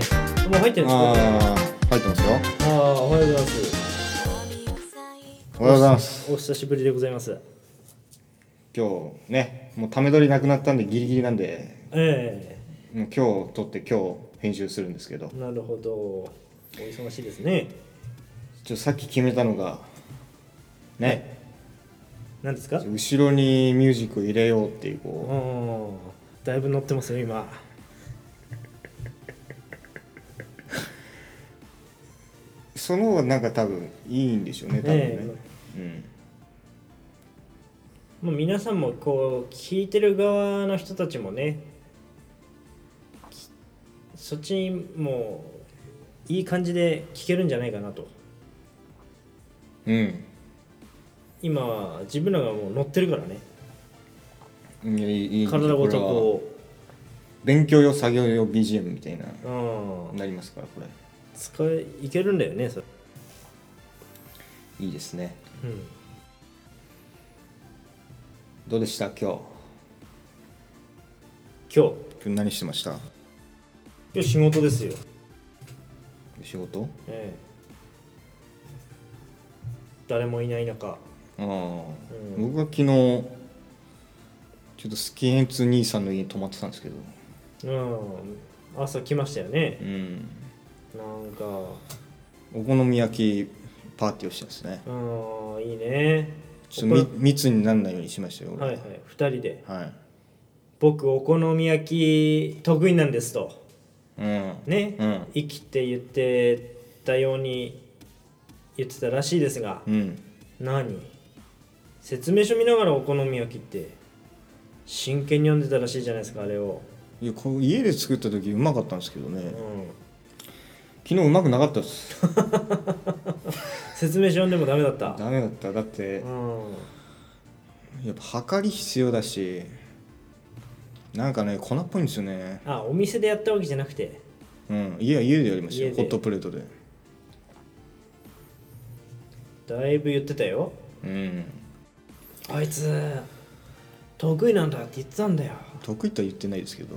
入ってるんですかああー入ってますよーおはようございますおはようございますお久しぶりでございます今日ねもうため撮りなくなったんでギリギリなんでえもう今日撮って今日編集するんですけどえなるほどお忙しいですねちょっとさっき決めたのがね何ですか後ろにミュージック入れようっていううこんだいぶ乗ってますよ今うその方がなんか多分いいんでしょうね多分ね、えもう皆さんもこう聞いてる側の人たちもねきそっちにもういい感じで聞けるんじゃないかなとうんうん今は自分らがもう乗ってるからねいやいいいい体ごとここれは勉強用作業用 BGM みたいなう、うん、なりますからこれ使いいけるんだよねそれ、いいですねうん、どうでした今日今日今日何してました今日仕事ですよ、仕事ええ誰もいない中ああ、うん僕は昨日ちょっとスキンヘッズ兄さんの家に泊まってたんですけどうん朝来ましたよねうんなんかお好み焼きパーティーをしたんですねうんいいねちょっとみ密にならないようにしましたよおこ俺らはいはい2人ではい、僕お好み焼き得意なんですとうんね、うん生きて言ってたように言ってたらしいですが、うん何説明書見ながらお好み焼きって真剣に読んでたらしいじゃないですかあれをいやこう家で作った時うまかったんですけどね、うん昨日うまくなかったです 説明書読んでもダメだったダメだっただってうんやっぱ測り必要だしなんかね粉っぽいんですよねあお店でやったわけじゃなくてうん家は家でやりましたよ家ホでットプレートでだいぶ言ってたようんあいつ得意なんだって言ってたんだよ得意とは言ってないですけど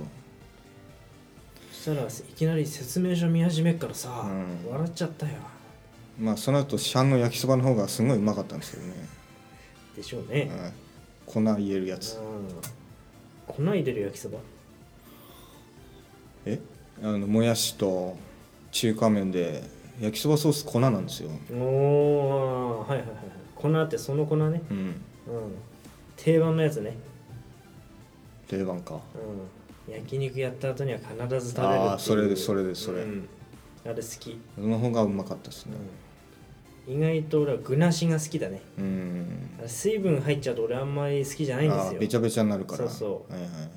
そしたらいきなり説明書見始めっからさ、うん笑っちゃったよまあその後市販の焼きそばの方がすごいうまかったんですけどね、でしょうね、はい、粉入れるやつうん、粉入れる焼きそばえあのもやしと中華麺で焼きそばソース粉なんですよおーはいはいはいはい粉ってその粉ねうんうん定番のやつね、定番かうん、焼肉やった後には必ず食べるっていうあーそれですそれですそれうんあれ好き、その方がうまかったですねうん、意外と俺は具なしが好きだねうんあれ水分入っちゃうと俺あんまり好きじゃないんあでーべすちゃべちゃになるからそうそうはいはいはいよ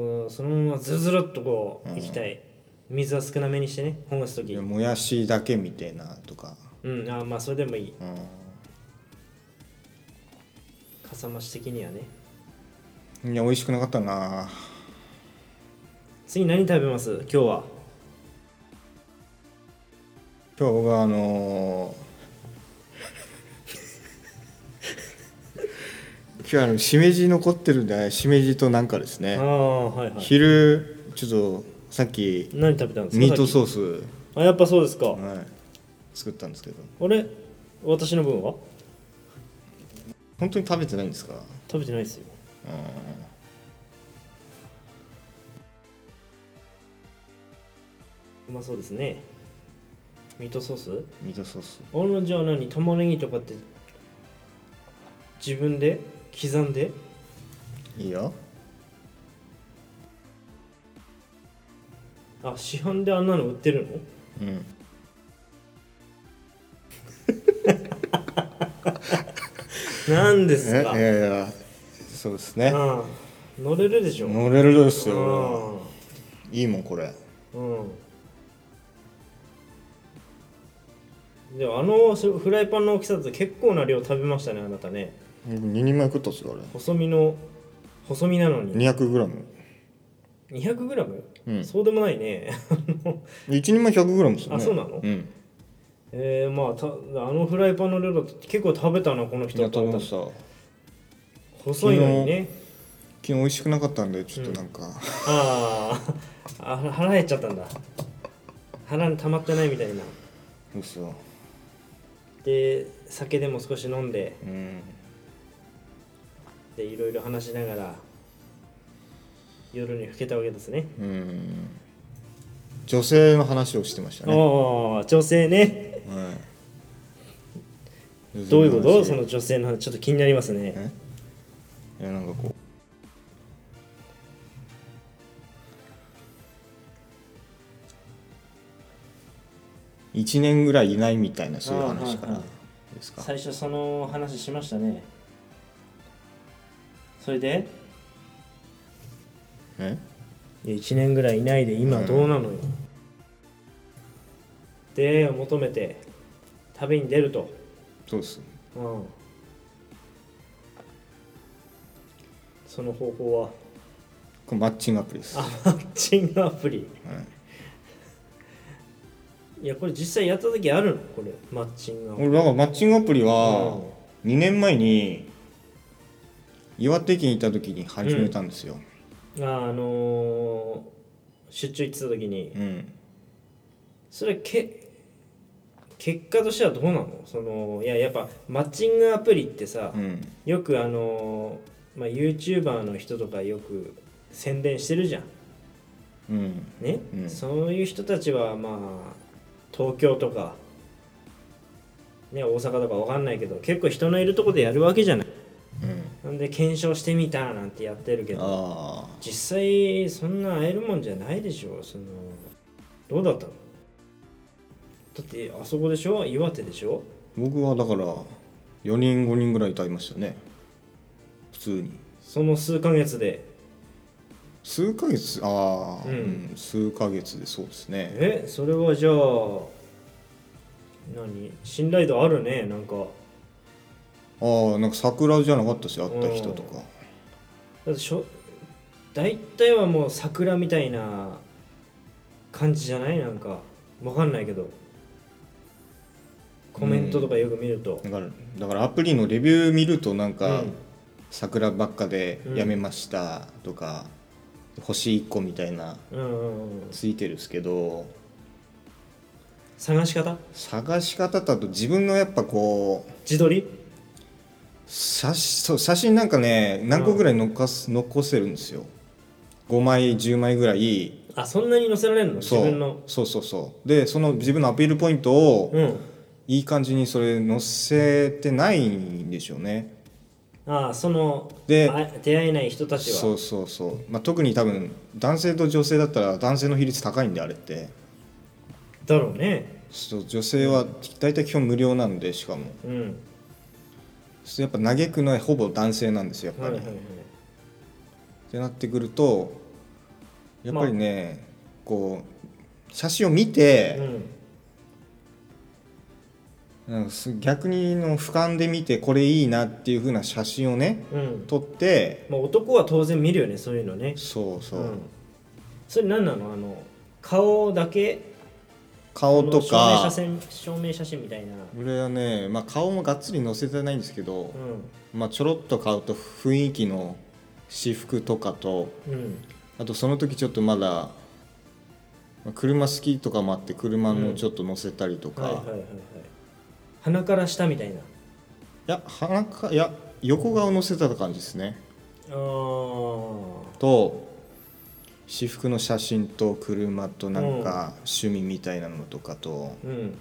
もうそのままズルズルっとこううんいきたい、水は少なめにしてねほぐすい時やうもやしだけみたいなとか、んあーまあそれでもいいうん、かさ増し的にはねいや美味しくなかったな次何食べます今日は今日僕はあのー今日はあのしめじ残ってるんでしめじとなんかですあね、あはいはい昼ちょっとさっき何食べたんですかミートーソースあやっぱそうですか、ス、はい、作ったんですけどあれ私の分は本当に食べてないんですか食べてないですようまそうですねミートソースミートソースあのじゃあ何玉ねぎとかって自分で刻んでいいよあ市販であんなの売ってるのうんなんですえかいやいやそうですねうん乗れるでしょ乗れるですうよんいいもんこれうんでもあのそフライパンの大きさだと結構な量食べましたねあなたね2人前食ったっすよあれ細身の細身なのに 200g1 200g、うんそうでもないね 人前 100g ですよねあそうなのうんえー、まあたあのフライパンの量だと結構食べたなこのいや人食べました昨細いのにね日美味し くなかったんでちょっとなんか、あーあ腹減っちゃったんだ腹に溜まってないみたいな嘘で酒でも少し飲んでうんでいろいろ話しながら夜に更けたわけですねうん女性の話をしてましたね、はおお女性ねい、どういうこと女性そのの女性の話ちょっと気になりますねえいやなんかこう1年ぐらいいないみたいなそういう話かあーらはいはですか最初その話しましたねそれでえいや1年ぐらいいないで今どうなのよ、出会いを求めて旅に出ると、そうですうん、その方法はこれマッチングアプリですあマッチングアプリはいいやこれ実際やった時あるのこれマッチングアプリ俺なんかマッチングアプリうはん2年前に岩手県にいた時に始めたんですよ、あーあのー出張行ってた時にうんそれけ結果としてはどうなのそのいややっぱマッチングアプリってさ、うんよくあのーまあ、YouTuber の人とかよく宣伝してるじゃんうんね、うんそういう人たちはまあ東京とか、ね、大阪とかわかんないけど結構人のいるとこでやるわけじゃないうなんんで検証してみたなんてやってるけどああ実際そんな会えるもんじゃないでしょそのどうだったのだってあそこでしょ岩手でしょ僕はだから4人5人ぐらいいたいましたね普通にその数ヶ月で数ヶ月ああ、うんうん数ヶ月でそうですねえそれはじゃあ何信頼度あるねなんかああなんか桜じゃなかったし会った人とかだってしょ大体はもう桜みたいな感じじゃないなんかわかんないけどコメントとかよく見ると、だからだからアプリのレビュー見るとなんか、うん桜ばっかでやめましたとか、星1個みたいなうんうんうん、ついてるんですけど探し方探し方だと自分のやっぱこう自撮り写真そう写真なんかね何個ぐらい残す、残せるんですよ5枚10枚ぐらいあそんなに載せられるの自そう分のそうそうそうでその自分のアピールポイントをうんいい感じにそれ載せてないんでしょうねああそのであ出会えない人たちはそうそうそう、まあ、特に多分男性と女性だったら男性の比率高いんであれってだろうねそう女性は大体基本無料なんでしかもうんそうやっぱ嘆くのはほぼ男性なんですよやはっいぱはいり、はいってなってくるとやっぱりね、こう写真を見うて、んなんかす逆にの俯瞰で見てこれいいなっていう風な写真をねうん撮ってまあ、男は当然見るよねそういうのねそうそう、ん、それ何なのあの顔だけ顔とあのか証明写真証明写真みたいな俺はね、まあ、顔もがっつり載せてないんですけど、まあ、ちょろっと顔と雰囲気の私服とかとうんうんあとその時ちょっとまだまあ車好きとかもあって車うのんちょっと乗せたりとか、はいはいはいいはい鼻から下みたいなや鼻かいや横顔乗せた感じですねあーと私服の写真と車となんか趣味みたいなのとかと、うん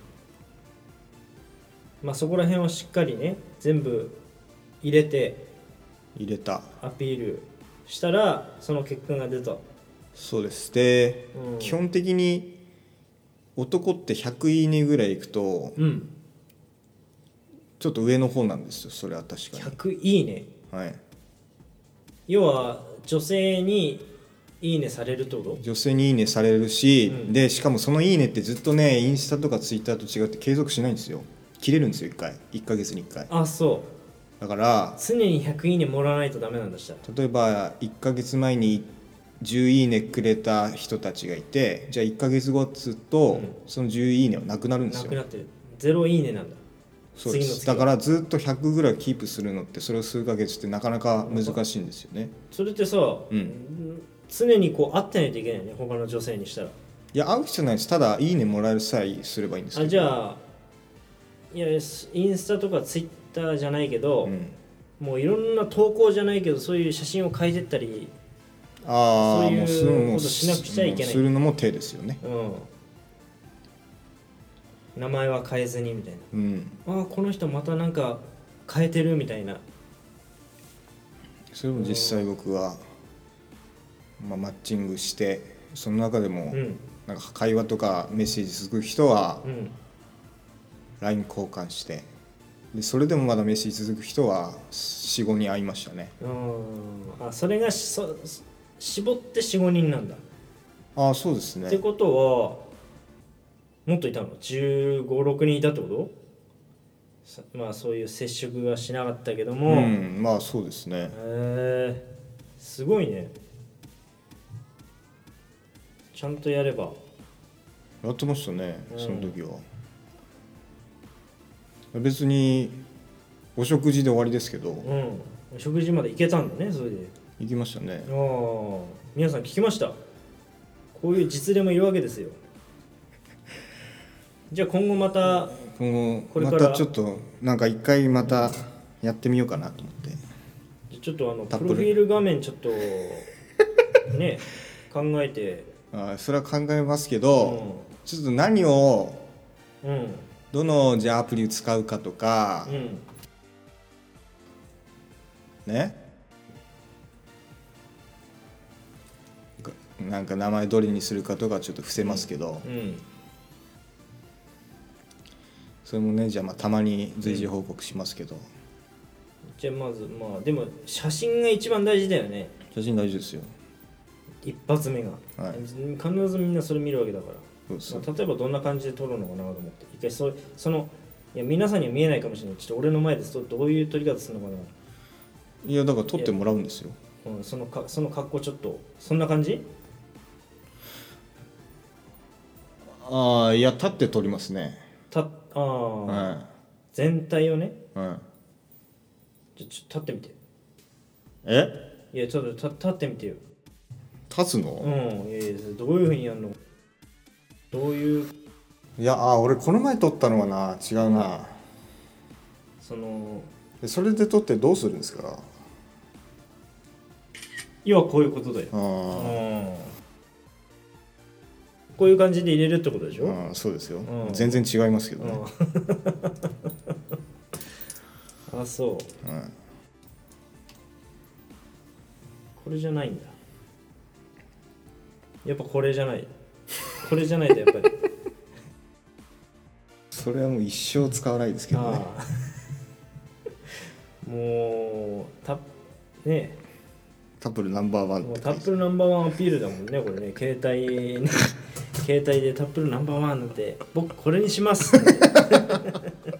まあそこら辺をしっかりね全部入れて入れたアピールしたらその結果が出たそうですで、うん基本的に男って100いいねぐらいいくとうんちょっと上の方なんですよそれは確か100いいねに、はい、要は女性にいいねされるってこと女性にいいねされるし、うんでしかもそのいいねってずっとねインスタとかツイッターと違って継続しないんですよ切れるんですよ1回1ヶ月に1回あそうだから常に100いいねもらわないとダメなんだしたら例えば1ヶ月前に10いいねくれた人たちがいてじゃあ1ヶ月後っつうと、うんその10いいねはなくなるんでなすくよなってるゼロいいねなんだそうで次のす次だからずっと100ぐらいキープするのってそれを数ヶ月ってなかなか難しいんですよねそれってさ、うん常にこう会ってないといけないよね他の女性にしたらいや会う必要ないですただいいねもらえるさえすればいいんですけどあじゃあいやすインスタとかツイッターじゃないけど、うん、もういろんな投稿じゃないけどそういう写真を変えてったり、ああそういうもうするのもことしなくちゃいけないもうするのも手ですよねうん、名前は変えずにみたいなうんあーこの人またなんか変えてるみたいなそれも実際僕は、まあ、マッチングしてその中でもうんなんか会話とかメッセージ続く人はうん LINE 交換してでそれでもまだメッセージ続く人は45に会いましたねうんあそれがしそ絞って45人なんだ、ああそうですってねことはもっといたの1 5六6人いたってことさまあそういう接触はしなかったけどうも、へんまあそうですねえすごいねちゃんとやればやってましたねその時は、別にお食事で終わりですけどうん食事まで行けたんだねそれで行きましたねああ皆さん聞きましたこういう実例もいるわけですよじゃあ今後また今こ後れまからたちょっとなんか一回またやってみようかなと思ってちょっとあのタッププルロフィール画面ちょっとね考えてあそれは考えますけど、ちょっと何をうんうんどのじゃあアプリを使うかとかう、んねがなんか名前どれにするかとかちょっと伏せますけど、うんそれもねじゃあまあたまに随時報告しますけど、じゃあまずまあでも写真が一番大事だよね写真大事ですよ一発目が、はい必ずみんなそれ見るわけだからそうそうまあ例えばどんな感じで撮るのかなと思って一回そうそのいや皆さんには見えないかもしれないちょっと俺の前でそどういう撮り方するのかいやだから撮ってもらうんですよな、うん、そのかその格好ちょっとそんな感じああいや立って撮りますねたああ、は全体をねい、はちい、ょちょ立ってみてえいやちょっと立立ってみてよ立つの、うんいやいやどういうふうにやるのどういういやあー俺この前撮ったのはな違うな、そのでそれで撮ってどうするんですか要はこういうことだよ、あうんー、こういう感じで入れるってことでしょ、あーそうですよ、うん全然違いますけどね、うん あそうはいこれじゃないんだやっぱこれじゃないこれじゃないとやっぱりそれはもう一生使わないですけどねああ もうたねタップルナンバーワンっもうてタ感ッじプルナンバーワンアピールだもんねこれね携帯 携帯でタップルナンバーワンなんて僕これにします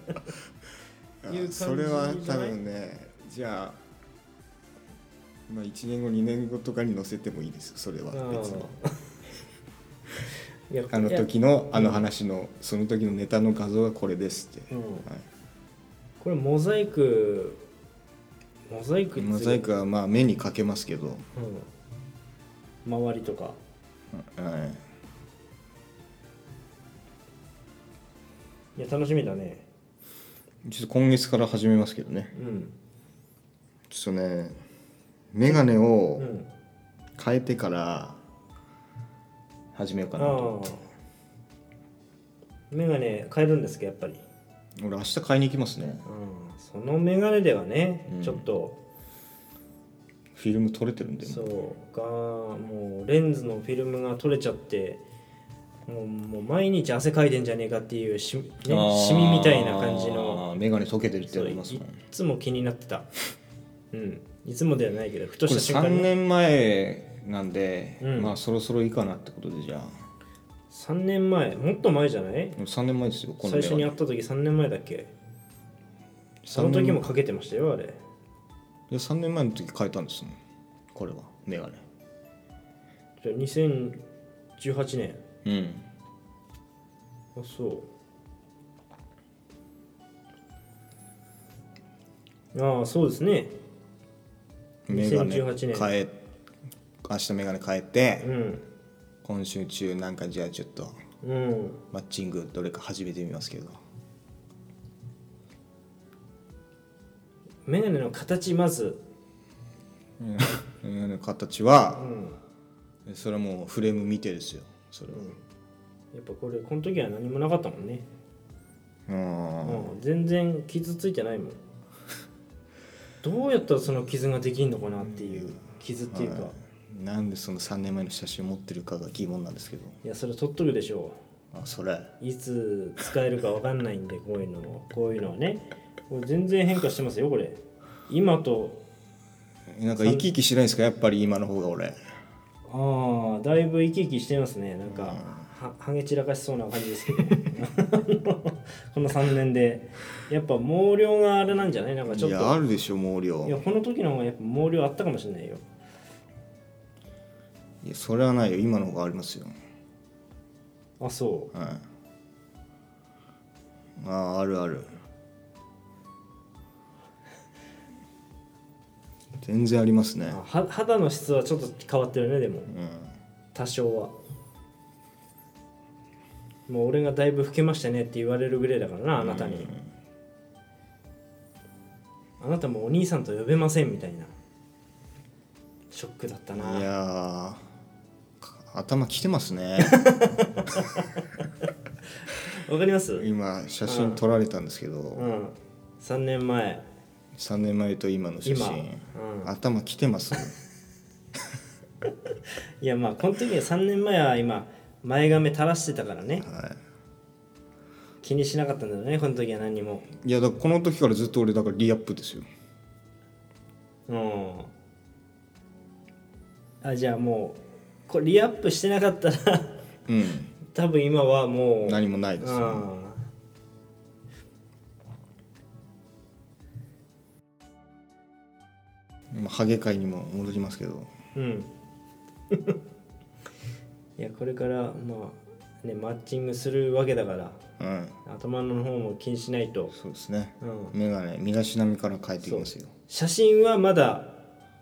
いうあ感じそれは多分ねじゃあまあ1年後2年後とかに載せてもいいですよそれは別に いやあの時のあの話のその時のネタの画像がこれですって、うんはいこれモザイクモザイクってモザイクはまあ目にかけますけど、うん、周りとかはいいや楽しみだねい、ちょっと今月から始めますけどねうんちょっとね眼鏡をうん変えてから始めようかなと思って、メガネ変えるんですけどやっぱり、俺明日買いに行きますねうん、そのメガネではね、うんちょっとフィルム取れてるんでそうがもうレンズのフィルムが取れちゃってもうもう毎日汗かいてんじゃねえかっていうし、ね、あーシミみたいな感じのあー眼鏡溶けてるっそて言うわいれますもんっつも気になってたうんいつもではないけどふとこしれた瞬間3に年前なんで、うんまあそろそろいいかなってことでじゃあ3年前もっと前じゃない3年前ですよこの最眼初に鏡会った時3年前だっけそ三の年時もかけてましたよあれいや3年前の時変えたんですもんこれは眼鏡じゃあ2018年うんあそうああそうですね眼鏡2018年変え明日眼鏡変えて、うんこ今週中なんかじゃあちょっとうんマッチングどれか始めてみますけど眼鏡の形まず、うんの形はうん、それはもうフレーム見てですよそれはやっぱこれこの時は何もなかったもんね、うんうん、全然傷ついてないもんどうやったらその傷ができんのかなっていう傷っていうか、、はいいなんでその3年前の写真を持ってるかが疑問なんですけどやそれ取っとくでしょあそれういつ使えるかわかんないんでこういうのもこういうのはねこれ全然変化してますよこれ今となんか生き生きしないですかやっぱり今の方が俺ああだいぶ生き生きしてますねなんか、ははげ散らかしそうな感じですけど この3年でやっぱ毛量があれなんじゃないなんかちょっいとやあるでしょ毛量いやこの時の方がやっぱ毛量あったかもしれないよいやそれはないよ今の方がありますよあそうはいあああるある全然ありますねあは肌の質はちょっと変わってるねでもうん多少はもう俺がだいぶ老けましたねって言われるぐらいだからなあなたに、あなたもお兄さんと呼べませんみたいなショックだったないやーか頭きてます ねわかりますうん今写真撮られたんですけど3年前3年前と今の写今、う真ん、頭きてますいやまあこの時は3年前は今前髪垂らしてたからねは気にしなかったんだよねこの時は何にもいいやだからこの時からずっと俺だからリアップですようんあじゃあもうこれリアップしてなかったら うん多分今はもう何もないですうよんまあハゲ界にも戻りますけどうん いやこれからまあねマッチングするわけだからうん頭の方も気にしないと、そうですねうん、眼鏡身だしなみから変えていきますよ写真はまだ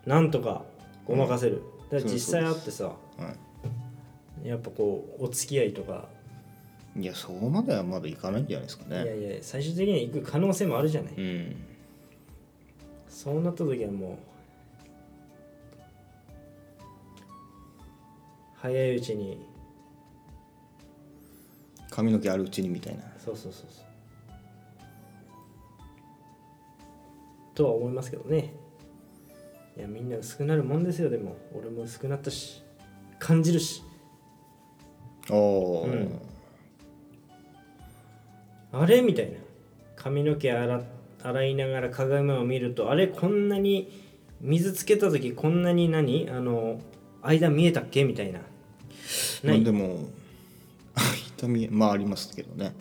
なんとかごまかせる、だから実際会ってさはやっぱこうお付き合いとか、いいやそこまではまだいかないんじゃないですかいやねいや最終的には行く可能性もあるじゃない、うんそうなった時はもう早いうちに髪の毛あるうちにみたいなそうそうそうそうとは思いますけどねいやみんな薄くなるもんですよでも俺も薄くなったし感じるしおお、うんあれみたいな髪の毛洗洗いながら鏡を見るとあれこんなに水つけた時こんなに何あの間見えたっけみたいなまなあいでも 痛みまあありますけどね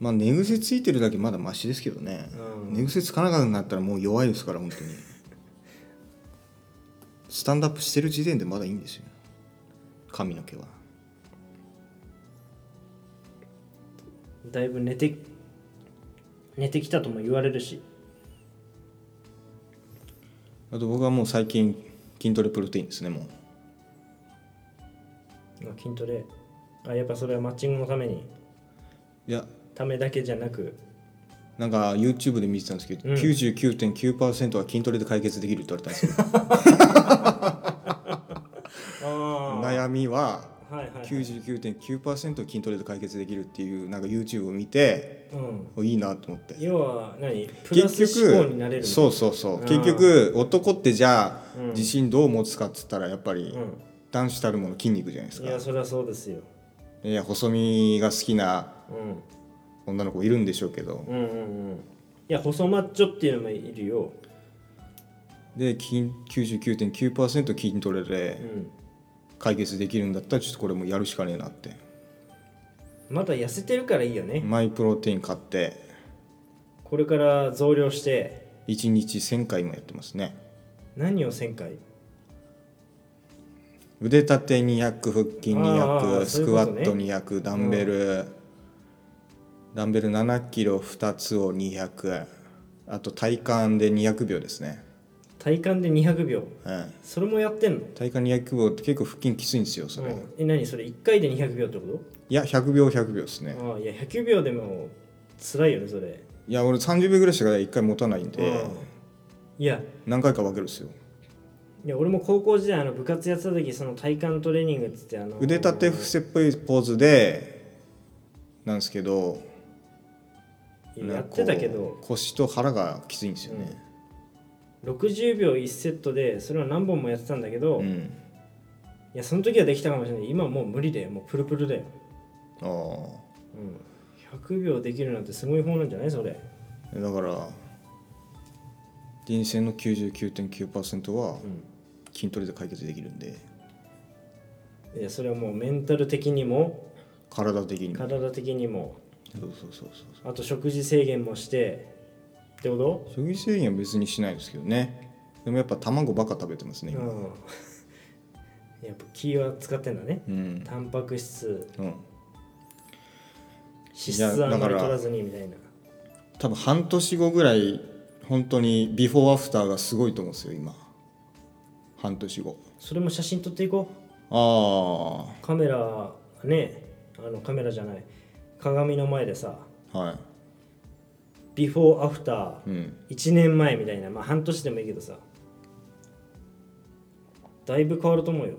まあ寝癖ついてるだけまだマシですけどね、うん寝癖つかなくなったらもう弱いですから 本当にスタンドアップしてる時点でまだいいんですよ髪の毛はだいぶ寝て寝てきたとも言われるしあと僕はもう最近筋トレプロテインですねもうあ筋トレあやっぱそれはマッチングのためにいやためだけじゃなくなんか YouTube で見てたんですけど、うん99.9%は筋トレで解決できるって言われたんですけど あ悩みはあはいはい、はい99.9%筋トレで解決できるっていうなんか YouTube を見てうん、おいいなと思って要は何プラス思考になれるそううそうそううん結局男ってじゃあ、うん自信どう持つかっつったらやっぱり、う男子たるもの筋肉じゃないですん、いかいややそれはそうですよ、細身が好きなうん、女の子いるんでしょうけど、うんうんうんいや細マッチョっていうのもいるよ、で筋99.9%筋トレうでん、解決できるんだったらちょっとこれもうやるしかねえなってまだ痩せてるからいいよねマイプロテイン買ってこれから増量して1日1000回もやってますね何を1000回腕立て200腹筋あ200あスクワそういうこットとね200ダンベル、ダンベル7キロ2つを200あと体幹で200秒ですね体感で200秒はそれもやってんのい、体幹200秒って結構腹筋きついんですよそれ、ういんえ何それ1回で200秒ってこや100秒100秒ですねと、ああいや100秒でも辛いよねそれいや俺30秒ぐらいしか1回持たないんでうんいや何回か分けるんですよいや俺も高校時代あの部活やってた時その体幹トレーニングっつってあの腕立て伏せっぽいポーズでなんですけどやってたけなんかどこう腰と腹がきついんですよね、 60秒1セットでそれは何本もやってたんだけど、ういんやその時はできたかもしれない今もう無理だよもうプルプルだよ、ああうん、100秒できるなんてすごい方なんじゃないそれだから人生の99.9%は筋トレで解決できるんでいやそれはもうメンタル的にも体的にそう体的にもそうそうそうあと食事制限もしてってこ食事制限は別にしないですけどねでもやっぱ卵ばっか食べてますと、ねう今ん、 やっぱ気は使ってんだねうん、タンパク質うん、脂質あんまり取らずにみたいな多分半年後ぐらい本当にビフォーアフターがすごいと思うんですよ今半年後それも写真撮っていこあうカメラねあのカメラじゃない鏡の前でさあはビフォーアフターいうん1年前みたいなまあ半年でもいいけどさだいぶ変わると思うよ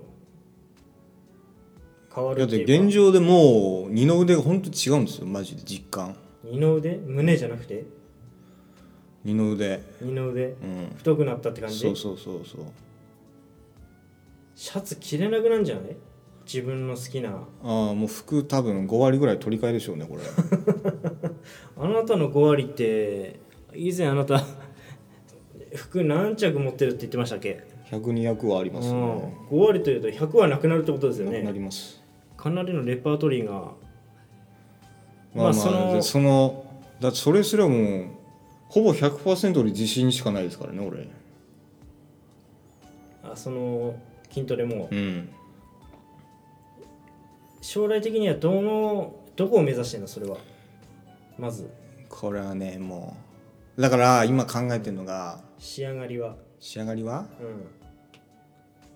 変わるだっってていうか現状でもう二の腕が本当違うんですよマジで実感二の腕胸じゃなくて二の腕二の腕うん太くなったって感じそうそうそうそうシャツ着れなくなんじゃない自分の好きなああもう服多分5割ぐらい取り替えでしょうねこれ あなたの5割って以前あなた 服何着持ってるって言ってましたっけ、 100200はありうますんね、 5割というと100はなくなるってことですよなくなねりますかなりのレパートリーがまあまあそのでそのだってそれすらもうほぼ100%俺自信しかないですからね俺あその筋トレもうん将来的にはどのどこを目指してんのそれはまずこれはねもうだから今考えてるのが仕上がりは仕上がりはうん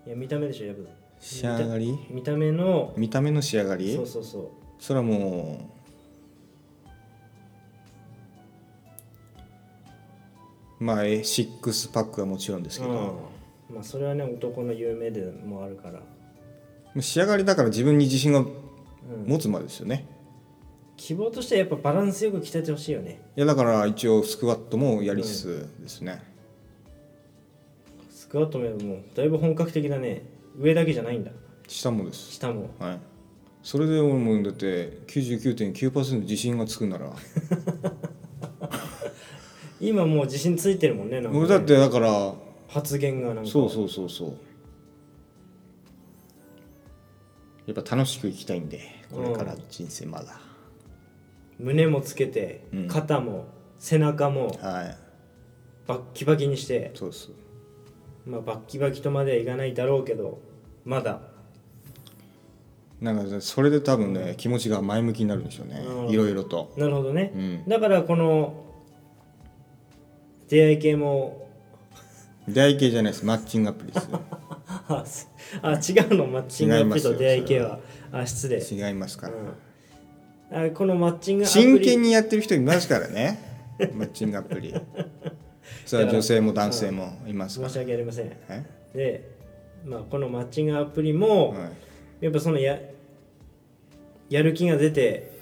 いや見た目でしょやっぱ仕上がり見た目の見た目の仕上がりそうそうそうそれはもうまあえシックスパックはもちろんですけど、うん、まあそれはね男の有名でもあるから仕上がりだから自分に自信がうん持つまでですよね、希望としてはやっぱバランスよく鍛えてほしいよねいやだから一応スクワットもやりつつですね、スクワットももうだいぶ本格的だね上だけじゃないんだ下もです下もはいそれで俺もだって99.9%自信がつくなら今もう自信ついてるもんねなんかね俺だってだから発言がなんかそうそうそうそうやっぱ楽しく生きたいんでこれから人生まだ、胸もつけてうん肩も背中もはいバッキバキにして、そうですまあ、バッキバキとまではいかないだろうけどまだなんかそれで多分ね気持ちが前向きになるんでしょうねうんいろいろとなるほどねう、んだからこの出会い系も出会い系じゃないですマッチングアプリであすあ違うのマッチングアプリと出会い系はあ失礼、す違いますから、うん、あこのマッチングアプリ真剣にやってる人いますか らねマッチングアプリそれは女性も男性もいますか申し訳ありませんらねで、まあ、このマッチングアプリも、はいやっぱそのややる気が出て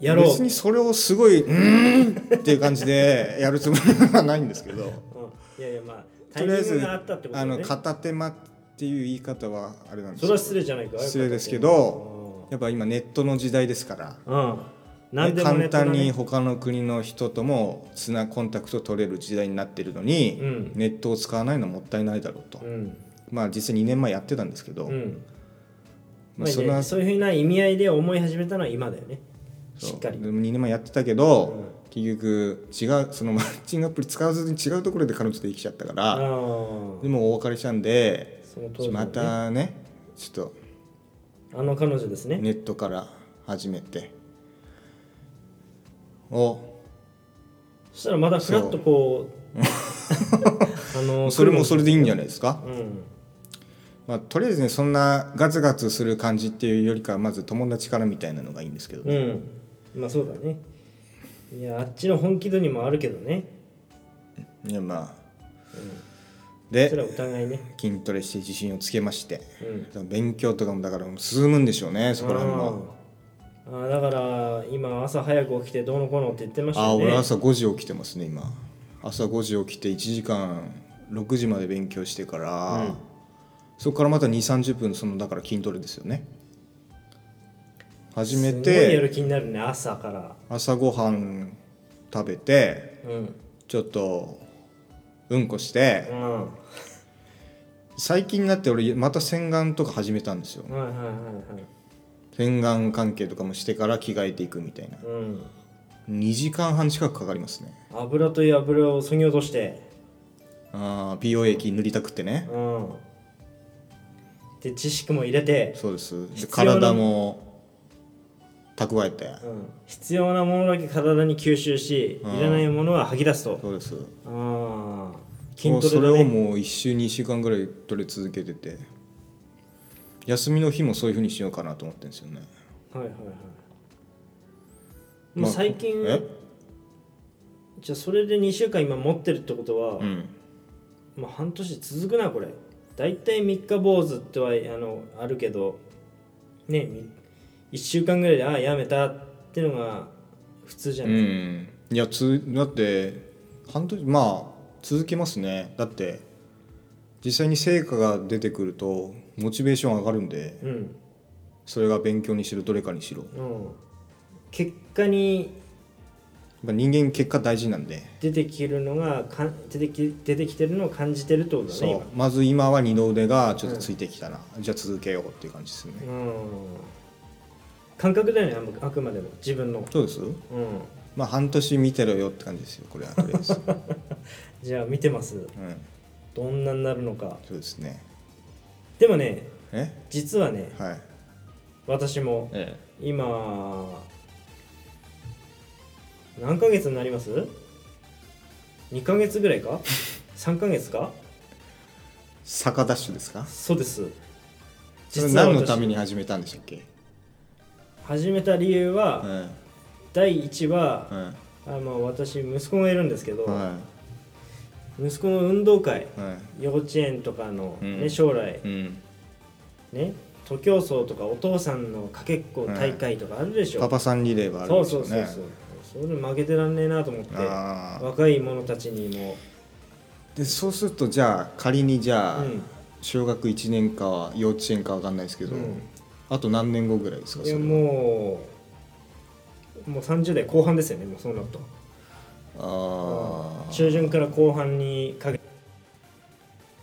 やろう別にそれをすごいうーんっていう感じでやるつもりはないんですけどうん、いやいやまあタとイりミあンえグずがあったってことあだねの片手間っていう言い方はあれなんですそけれどは失礼じゃないか失礼ですけどやっぱ今ネットの時代ですからうん何でもネ簡ットだ単ねに他の国の人ともつなコンタクト取れる時代になってるのに、うんネットを使わないのはもったいないだろうと、うんまあ実際2年前やってたんですけど、うんままあ、あ、そその後そういうふうな意味合いで思い始めたのは今だよねしっかりでも2年前やってたけど、うん結局違うそのマッチングアプリ使わずに違うところで彼女と生きちゃったかああら、でもお別れしたんで、その当時のねまたねちょっあの彼女ですとねネットから始めてをそしたらまだフラッとこう あのそれもそれでいいんじゃないですか、うんまあ、とりあえずねそんなガツガツする感じっていうよりかはまず友達からみたいなのがいいんですけど、うんまあそうだねいやあっちの本気度にもあるけどねいやまあ、それではお互いね筋トレして自信をつけまして、うん勉強とかもだから進むんでしょうねそこら辺もあーあーだから今朝早く起きてどうのこうのって言ってましたああよね俺朝5時起きてますね今朝5時起きて1時間6時まで勉強してから、うんそこからまた2 3 0分そのだから筋トレですよね始めすごいやるて気になるね朝から朝ごはん食べてうんちょっとうんこして、うんはい最近になって俺また洗顔とか始めたんですよはいはいはい洗顔関係とかもしてから着替えていくみたいなうん2時間半近くかかりますね油という油を削ぎ落としてあー美容液塗りたくってねうんで知識も入れて、そうですで必要な体も蓄えてうん、必要なものだけ体に吸収しうんいらないものは吐き出すとそうですああも筋うトそレだれをねもう1週2週間ぐらいトレ続けてて休みの日もそういうふうにしようかなと思ってるんですよねはいはいはいもまうあ最近、えじゃあそれで2週間今持ってるってことは、うんもう半年続くなこれ大体3日坊主ってはあのあるけどね1週間ぐらいでああやめたってのが普通じゃうない、んいやつだって半年まあ続けますねだって実際に成果が出てくるとモチベーション上がるんでうんそれが勉強にしろどれかにしろやっうん、結果にぱ人間結果大事なんで出てきるのがかん出てき出てきてるのを感じてるってことだねそうまず今は二の腕がちょっとついてきたな、じゃあ続けようっていう感じですね、今うん感覚だよねあんまあくまでも自分のそうですうんまあ半年見てろよって感じですよこれはとりあえ ず、うん、じゃあ見てますどんなになるのかそうですねでもねえ実はねはい私もえ今何ヶ月になります2ヶ月ぐらい か3ヶ月か坂ダッシュですかそうですそれ何の私ために始めたんでしたっけ始めた理由は、うん第1話、うんあの私息子がいるんですけど、は息子の運動会いはい幼稚園とかの、ねうん将来うんね徒競走とかお父さんのかけっこ大会とかあるでしょ、パパさんリレーはあるんそでうすそようそうねそうそれ負けてらんねえなと思ってああ若い者たちにもでそうするとじゃあ仮にじゃあ、うん小学1年かは幼稚園かわかんないですけど、うんあと何年後ぐらいですかいそれやはもうもう30代後半ですよねもうそうなるとああ中旬から後半にかけ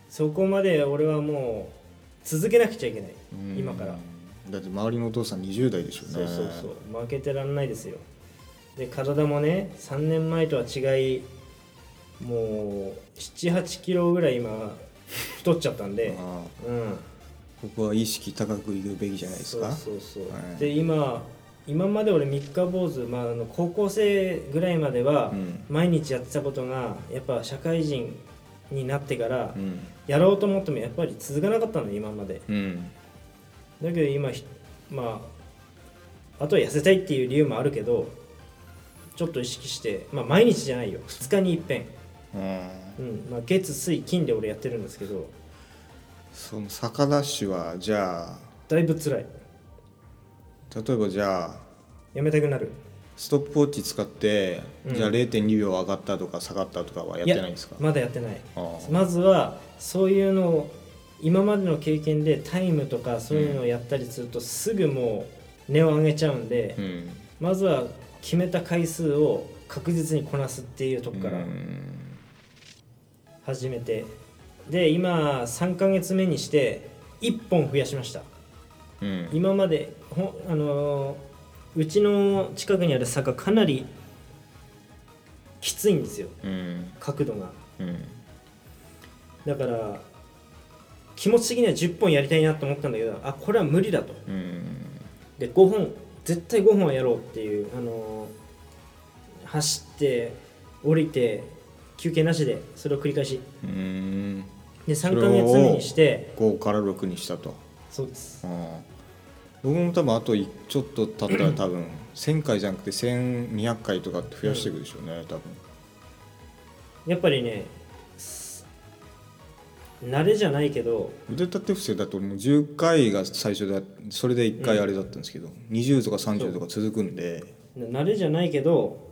そこまで俺はもう続けなくちゃいけないうん今からだって周りのお父さん20代でしょうねそうそうそう負けてらんないですよで体もね3年前とは違いもう78キロぐらい今太っちゃったんでああうんここは意識高くいくべきじゃないですかそうそうそう、はいで今今まで俺三日坊主、まあ、あの高校生ぐらいまではうん毎日やってたことがやっぱ社会人になってからうんやろうと思ってもやっぱり続かなかったのよ今までうんだけど今ひまああとは痩せたいっていう理由もあるけどちょっと意識して、まあ、毎日じゃないよ2日に一遍うんうんまあ、月水金で俺やってるんですけどその坂ダッシュはじゃあだいぶ辛い例えばじゃあやめたくなるストップウォッチ使って、うんじゃあ0.2秒上がったとか下がったとかはやってないんですかやまだやってないあーまずはそういうのを今までの経験でタイムとかそういうのをやったりするとすぐもう値を上げちゃうんで、うんまずは決めた回数を確実にこなすっていうとこからうん始めて、で今3ヶ月目にして1本増やしましたうん今までほんあのーうちの近くにある坂かなりきついんですようん角度がうんだから気持ち的には10本やりたいなと思ったんだけどあこれは無理だとうんで5本絶対5本はやろうっていうあのー走って降りて休憩なしでそれを繰り返しうーんでそ3れヶを月目にして5から6にしたとそうですうん僕も多分あといちょっと経 ったら多分1000回じゃなくて1200回とかって増やしていくでしょうね多分やっぱりねす慣れじゃないけど腕立て伏せだともう10回が最初でそれで1回あれだったんですけど、20とか30とか続くんで慣れじゃないけど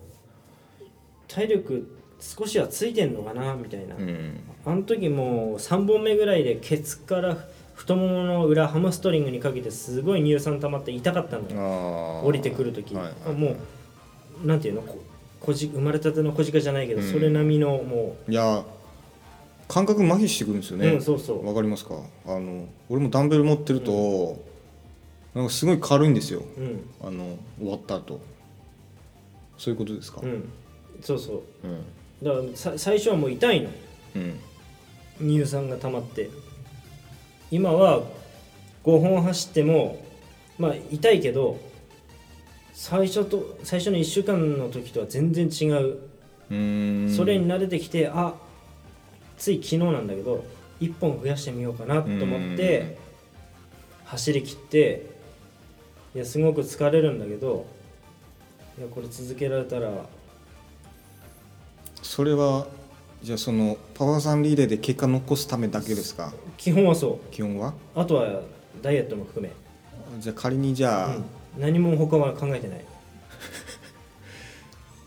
体力少しはついてんのかなみたいな、うんあの時もう3本目ぐらいでケツから太ももの裏ハムストリングにかけてすごい乳酸溜まって痛かったのよあ降りてくる時、はいはいはいもうなんていうのここじ生まれたての小鹿じゃないけど、それ並みのもいや感覚麻痺してくるんですよう、ね、うんそうそうわかりますかあの俺もダンベル持ってると、なんかすごい軽いんですようんあの終わった後そういうことですかうんそうそうんうだからさ最初はもう痛いのうん乳酸が溜まって今は5本走ってもまあ痛いけど最初と最初の1週間の時とは全然違ううーんそれに慣れてきて、あつい昨日なんだけど1本増やしてみようかなと思って走り切っていやすごく疲れるんだけどいやこれ続けられたらそれはじゃあそのパワーさんリレーで結果残すためだけですか基本はそ基本はうあとはダイエットも含め、じゃあ仮にじゃあ、うん、何も他は考えてない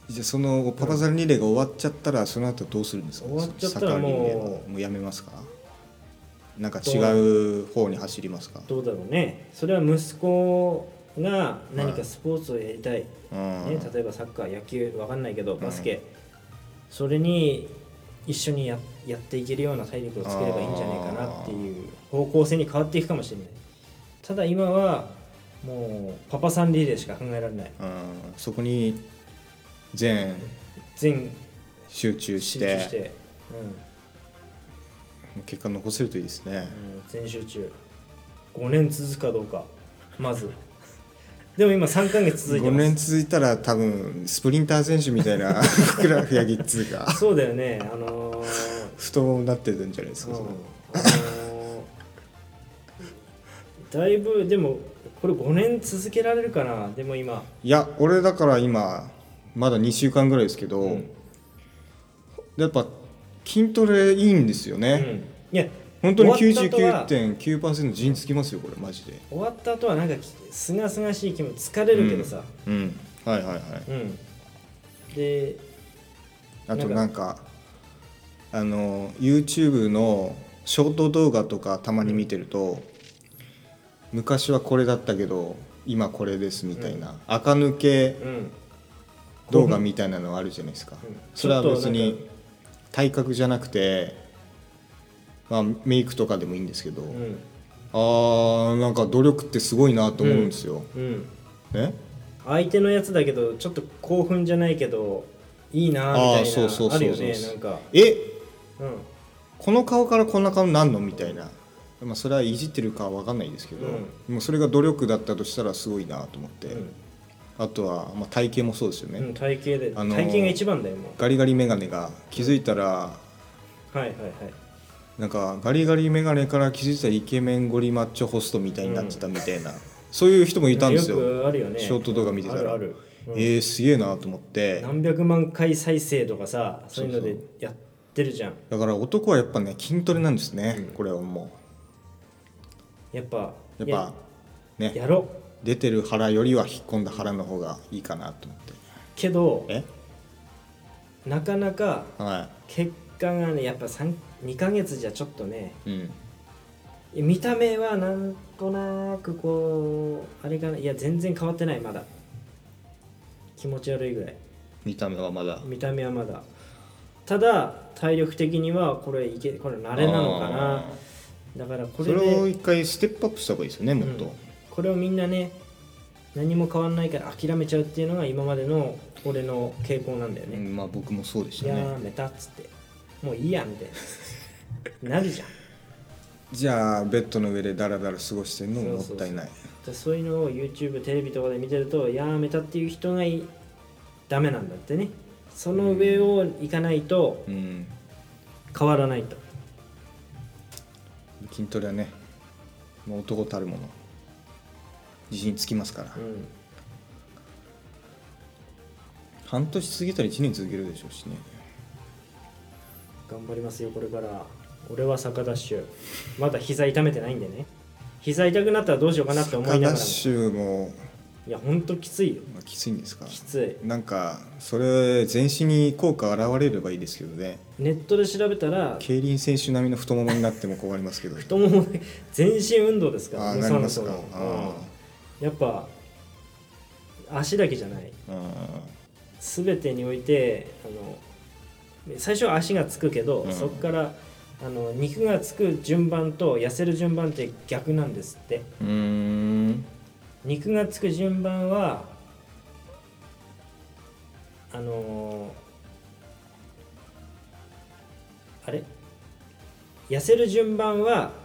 じゃあそのパパさんリレーが終わっちゃったらその後どうするんですか終わっちゃったらもうサッカーリレーはもうやめますかなんか違う方に走りますかどうだろうねそれは息子が何かスポーツをやりたい、うん、ね、例えばサッカー野球わかんないけどバスケ、それに一緒にややっていけるような体力をつければいいんじゃないかなっていう方向性に変わっていくかもしれないただ今はもうパパさんリレーしか考えられないうんそこに全全集中し集て中して、結果残せるといいですうねんうん全集中5年続くかどうかまずでも今3ヶ月続いて5ます年続いたら多分スプリンター選手みたいなふくらはぎっつうかそうだよねあのー太ももになってるんじゃないですか、それあのーだいぶでもこれ5年続けられるかなでも今いや俺だから今まだ2週間ぐらいですけど、うんやっぱ筋トレいいんですようね、んいや本当に終わった後は99.9%陣つきますよこれマジで終わった後はなんかきすがすがしい気も疲れるけどさうんはいはいはいうん、であとなんかあの YouTube のショート動画とかたまに見てると、昔はこれだったけど今これですみたいな、垢抜けうん動画みたいなのあるじゃないですか、うんそれは別ちょっとに体格じゃなくて、まあ、メイクとかでもいいんですけど、うんあーなんか努力ってすごいなと思うんですよ、うんね相手のやつだけどちょっと興奮じゃないけどいいなみあたあそういそうそうなそうあるよねなんかえうんこの顔からこんな顔になんのみたいな、まあ、それはいじってるかは分かんないですけど、うもうそれが努力だったとしたらすごいなと思って、うんあとは、まあ、体型もそうですよね、うん、体型で、あのー体型が一番だよもガリガリ眼鏡が気づいたらうはいはいはいなんかガリガリ眼鏡から気づいたらイケメンゴリマッチョホストみたいになってたみたいな、そういう人もいたんですよくあるよねショート動画見てたらあるある、うんえー、すげえなと思って何百万回再生とかさそういうのそでうやってるじゃんだから男はやっぱね筋トレなんですね、これはもやっぱうやっぱいやねやろ出てる腹よりは引っ込んだ腹の方がいいかなと思ってけどえなかなかは結果がねやっぱ2ヶ月じゃちょっとねい、うん、見た目はなんとなくこうあれかないや全然変わってないまだ気持ち悪いぐらい見た目はまだ見た目はまだただ体力的にはこれいけこれ慣れなのかなあだからこーれそれをで一回ステップアップした方がいいですよねもっと、うんこれをみんなね何も変わんないから諦めちゃうっていうのが今までの俺の傾向なんだようね、んまあ僕もそうでしたやねめたっつってもういいやみたいななるじゃんじゃあベッドの上でダラダラ過ごしてるのももったいないじゃあそういうのを YouTube テレビとかで見てるとやめたっていう人がいダメなんだってねその上を行かないとうん、変わらないと筋トレはねもう男たるもの自信つきますから、うん半年過ぎたら1年続けるでしょうしね頑張りますよこれから俺は坂ダッシュまだ膝痛めてないんでね膝痛くなったらどうしようかなって思いながらダッもシュもいやほんときついよまあきついんですかきついなんかそれ全身に効果現れればいいですけどねネットで調べたら競輪選手並みの太ももになっても困りますけど太もも全身運動ですからああ無なり酸ま素すかのあうんやっぱ足だけじゃないああ全てにおいてあの最初は足がつくけど、うんそこからあの肉がつく順番と痩せる順番って逆なんですってうーん肉がつく順番はあのーあれ痩せる順番は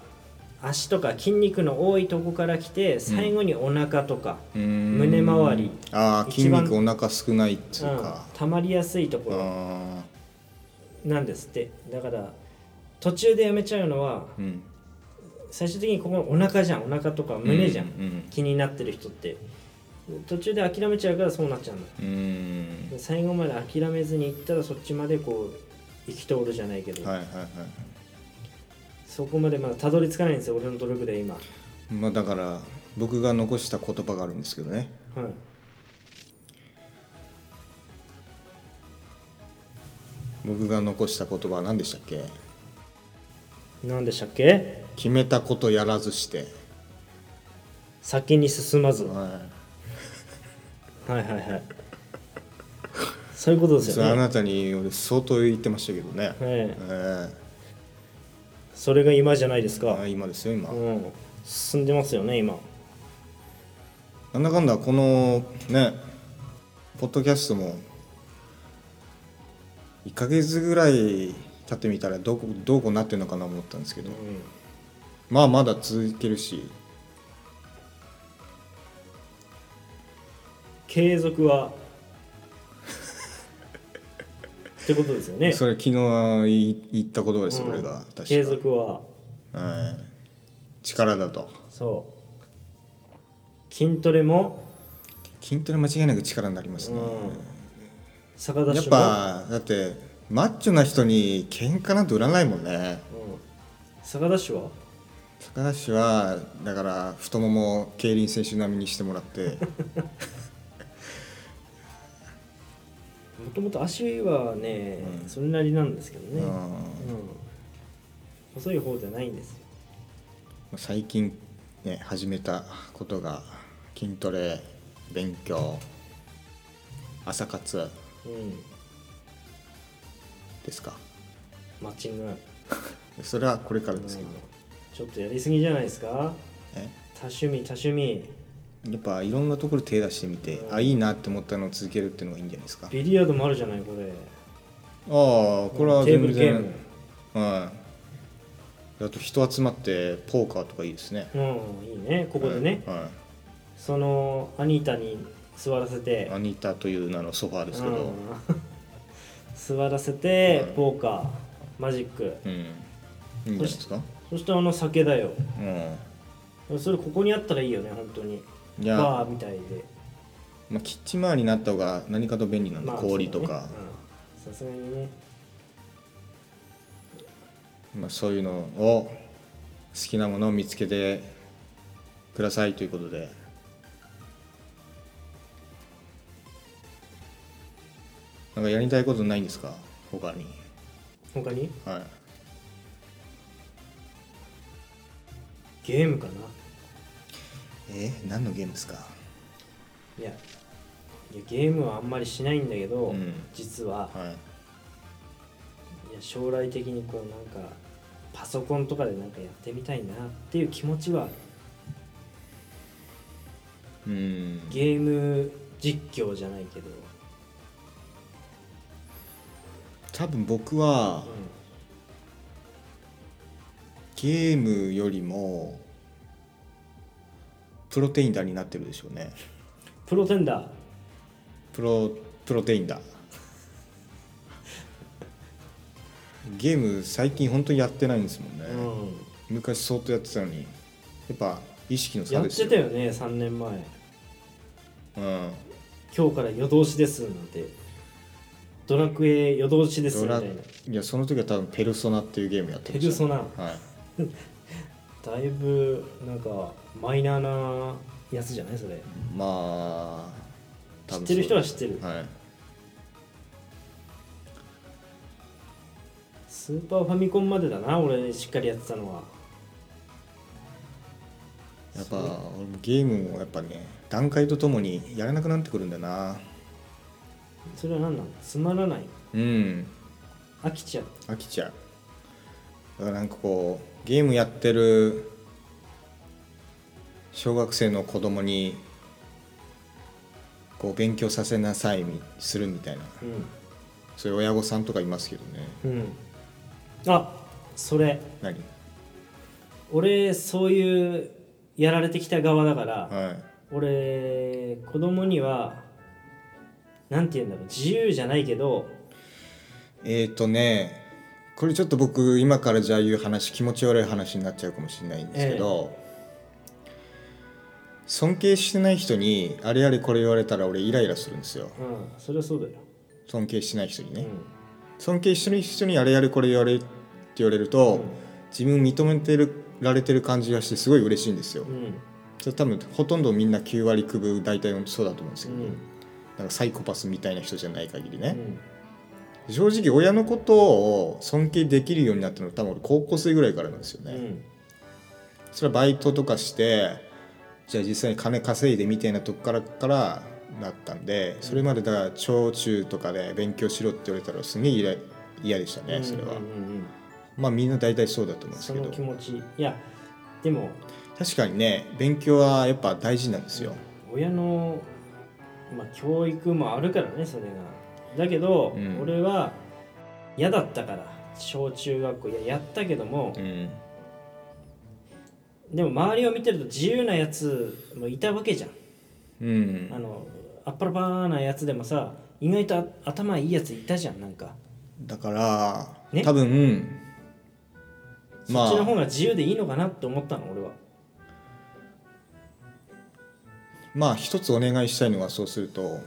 足とか筋肉の多いとこから来て最後にお腹とか、うーん胸周りああ筋一番肉お腹少ないっつううんか、溜まりやすいとこあろあなんですってだから途中でやめちゃうのはうん最終的にここお腹じゃんお腹とか胸じゃん、うん気になってる人って途中で諦めちゃうからそうなっちゃうのうんうんで最後まで諦めずに行ったらそっちまでこう行き通るじゃないけど、はいはいはいそこまでまだたどり着かないんですよ俺の努力で今、はまあだから僕が残した言葉があるんですけどねい、僕が残した言葉は何でしたっけ何でしたっけ決めたことやらずして、先に進まず、ははいい、はいはいそういうことですそれよあねなたに俺相当言ってましたけどね、えええそれが今じゃないですえかあ、今ですよ今、うん、進んでますよね今なんだかんだこのねポッドキャストも1ヶ月ぐらい経ってみたらどうこどうこうなってるのかな思ったんですけどまあまだ続けるし継続はってことですよねそれ昨日言い言ったことです、うん俺が確か継続ははい力だとそう筋トレも筋トレ間違いなく力になりますね、逆ダッやっシュもぱだってマッチョな人に喧嘩なんて売らないもんねうん逆ダッシュは高橋はだから太ももを競輪選手並みにしてもらって もともと足はね、それなりなんですけどうね、うんん細い方じゃないんですよ最近ね始めたことが筋トレ勉強朝活うんですかマッチングそれはこれからですけど、ちょっとやりすぎじゃないですかね多趣味多趣味やっぱいろんなところ手出してみて、あいいなって思ったのを続けるっていうのがいいんじゃないですかああビリヤードもあるじゃないこれこれはテーブルゲ全ー然ムはいあと人集まってポーカーとかいいですねうんいいねここでね、はいはいそのアニータに座らせてアニタという名のソファーですけうどん、 座らせて、うんポーカーマジックうん、いいんじゃないですか。そしてあの酒だようん、それここにあったらいいよね本当にいやバーみたいで、まあ、キッチン周りになった方が何かと便利なんで、氷とか、そうだねうんさすがにねまあ、そういうのを。好きなものを見つけて。くださいということで。なんかやりたいことないんですか、他に。他にはい。ゲームかなえー何のゲームですか。いやいやゲームはあんまりしないんだけど、うん実ははい。いや将来的にこうなんかパソコンとかでなんかやってみたいなっていう気持ちはあるうん。ゲーム実況じゃないけど、多分僕は。うゲームよりもプロテインダーになってるでしょうねん、プロテンダープロプロテインダーゲーム最近本当にやってないんですもんね、うん昔相当やってたのにやっぱ意識の差やっですてよたよね3年前うん、今日から夜通しですなんてドラクエ夜通しですドみたラいないやその時は多分「ペルソナ」っていうゲームやってペましたルソナはいだいぶなんかマイナーなやつじゃないそれまあ多分知ってる人は知ってるはいスーパーファミコンまでだな俺しっかりやってたのはやっぱ俺もゲームもやっぱね段階とともにやらなくなってくるんだなそれは何なのつまらないうん飽きちゃう飽きちゃうだからなんかこうゲームやってる小学生の子供にこう勉強させなさいみするみたいなうそういう親御さんとかいますけどねんうんあそれ何俺そういうやられてきた側だからはい俺子供にはなんて言うんだろう自由じゃないけどえーとねこれちょっと僕今からじゃあ言う話気持ち悪い話になっちゃうかもしれないんですけど、尊敬してない人にあれやれこれ言われたら俺イライラするんですようんそれはそうだよ、尊敬してない人にね、うん尊敬してる人にあれやれこれ言われって言われると、うん自分認めてるられてる感じがしてすごい嬉しいんですよ、うんそれ多分ほとんどみんな9割区分大体そうだと思うんですうけど、んなんかサイコパスみたいな人じゃない限りね、うん正直親のことを尊敬できるようになったのは多分俺高校生ぐらいからなんですようね、んそれはバイトとかしてじゃあ実際に金稼いでみたいなとこからからなったんでそれまでだから小中とかで勉強しろって言われたらすげえ嫌い嫌でしたねそれは、うんうんうんうんまあみんな大体そうだと思うんですそけのど気持ちいやでも確かにね勉強はやっぱ大事なんですよ、親の、まあ、教育もあるからねそれがだけど、うん俺は嫌だったから小中学校いややったけどもう、ん、でも周りを見てると自由なやつもいたわけじゃんうんあのあっぱらばーなやつでもさ意外とあ頭いいやついたじゃんなんか、だから、ね多分まあそっちの方が自由でいいのかなって思ったの俺はまあ一つお願いしたいのはそうすると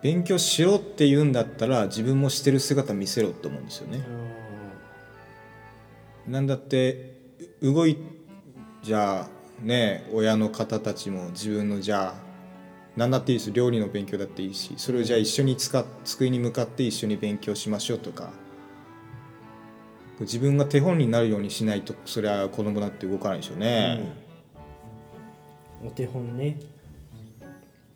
勉強しろって言うんだったら自分もしてる姿見せろと思うんですよねう。んなんだってう動いじゃあね親の方たちも自分のじゃあ何だっていいです料理の勉強だっていいしそれをじゃあ一緒に使っ机に向かって一緒に勉強しましょうとか自分が手本になるようにしないとそれは子供だって動かないでしょうね。お手本ね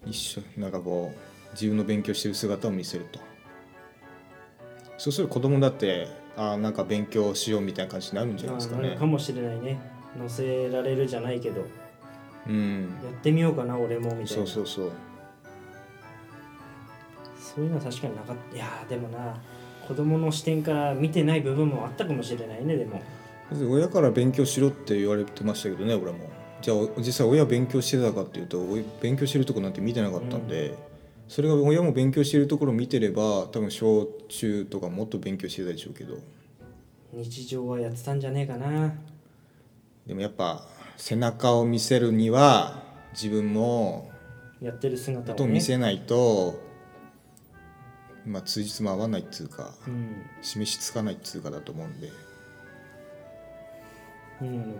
一緒なんかこう自分の勉強してる姿を見せるとそうすると子供だってあーなんか勉強しようみたいな感じになるんじゃないですかあなるねかもしれないね乗せられるじゃないけどやうんってみようかな俺もみたいなそうそうそうそういうのは確かになかったいやーでもな子供の視点から見てない部分もあったかもしれないねでもだって親から勉強しろって言われてましたけどね俺もじゃあお実際親勉強してたかっていうとおい勉強してるとこなんて見てなかったんで、それが親も勉強してるところを見てれば多分小中とかもっと勉強してたでしょうけど日常はやってたんじゃねえかなでもやっぱ背中を見せるには自分もやってる姿とを、ね、見せないと、まあ通じも合わないっつうかうん、示しつかないっつうかだと思うんで、うんなる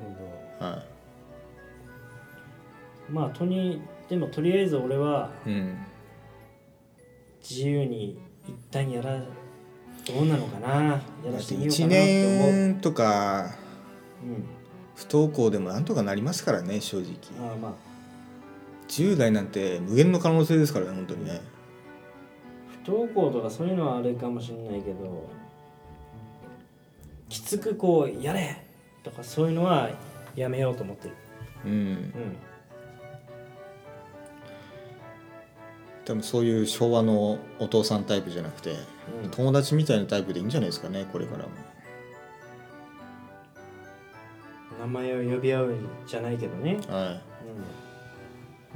ほはどまあとにでもとりあえず俺はいうん、自由に一旦やらどうなのかなやだらっしててみようか1なって思う、うん、年とか不登校でもなんとかなりますからね正直まあまあ10代なんて無限の可能性ですからね本当にね不登校とかそういうのはあれかもしれないけどきつくこうやれとかそういうのはやめようと思ってるうんうん多分そういう昭和のお父さんタイプじゃなくてうん友達みたいなタイプでいいんじゃないですかねこれからも名前を呼び合うじゃないけどね、は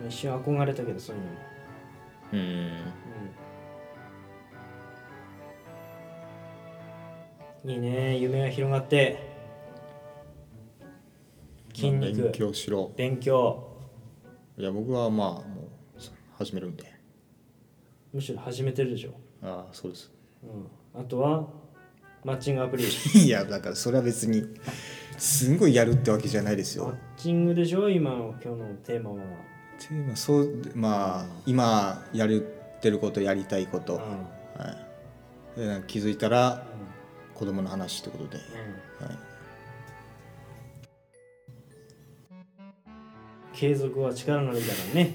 うん、一瞬憧れたけどそういうのも、いうんうん、いいね夢が広がって筋肉勉強しろ勉強いや僕はまあもう始めるんでむしろ始めてるでしょ、ああそうですうん、あとはマッチングアプリいやだからそれは別にすごいやるってわけじゃないですマよッチングでしょ今の今日のテーマは、テーマそうまあ今やるってることやりたいこと、うんはい、でなんか気づいたら子供の話ってことで、うんはい継続は力なりだからね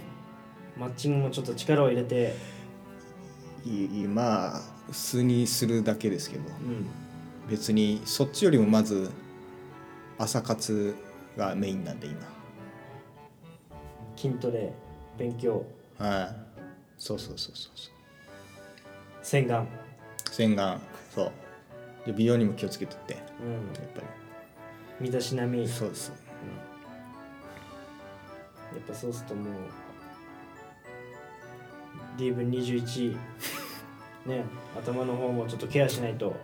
マッチングもちょっと力を入れて、いいまあ普通にするだけですけどうん、別にそっちよりもまず朝活がメインなんで今筋トレ勉強はいそうそうそうそうそう洗顔、洗顔そうで美容にも気をつけてってやうん、っぱ身だしなみやりそうですっぱそうするともう DV21 ね頭の方もちょっとケアしないと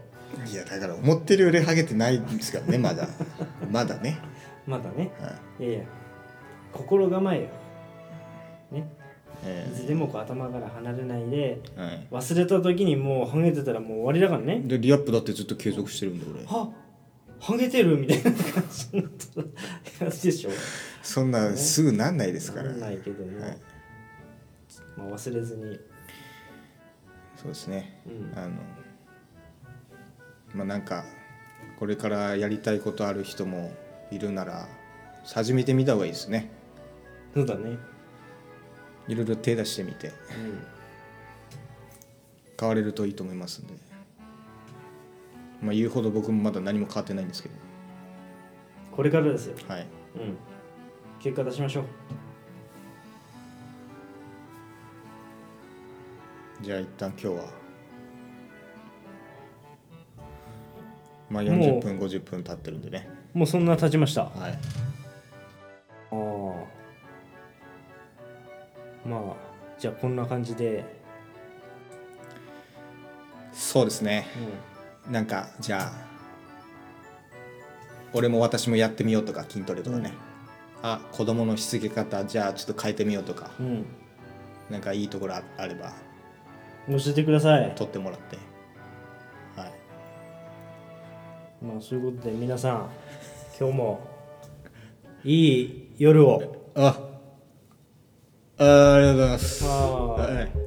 いやだから思ってるよりハゲてないんですからねまだ まだね、まだねはいいやいや心構えよねえいつでもこう頭から離れないでーはい、忘れた時にもうハゲてたらもう終わりだからねでリアップだってずっと継続してるんで俺あハゲてるみたいな感じになったらやつでしょそんなすぐなんないですからわかんないけども、はいまあ、忘れずに、そうですねうんあのまあなんかこれからやりたいことある人もいるなら始めてみた方がいいですねそうだね、いろいろ手出してみてうん、変われるといいと思いますんでまあ言うほど僕もまだ何も変わってないんですけどこれからですよ、はいうん、結果出しましょうじゃあ一旦今日はまあもう40分50分経ってるんでねもうそんな経ちましたあはいーまあじゃあこんな感じで、そうですねなんかじゃあ俺も私もやってみようとか筋トレとかね、あ子供のしつけ方じゃあちょっと変えてみようとかうんなんかいいところああればうん、教えてください取ってもらってはいまあそういうことで皆さん今日もいい夜をああありがとうございますあーはい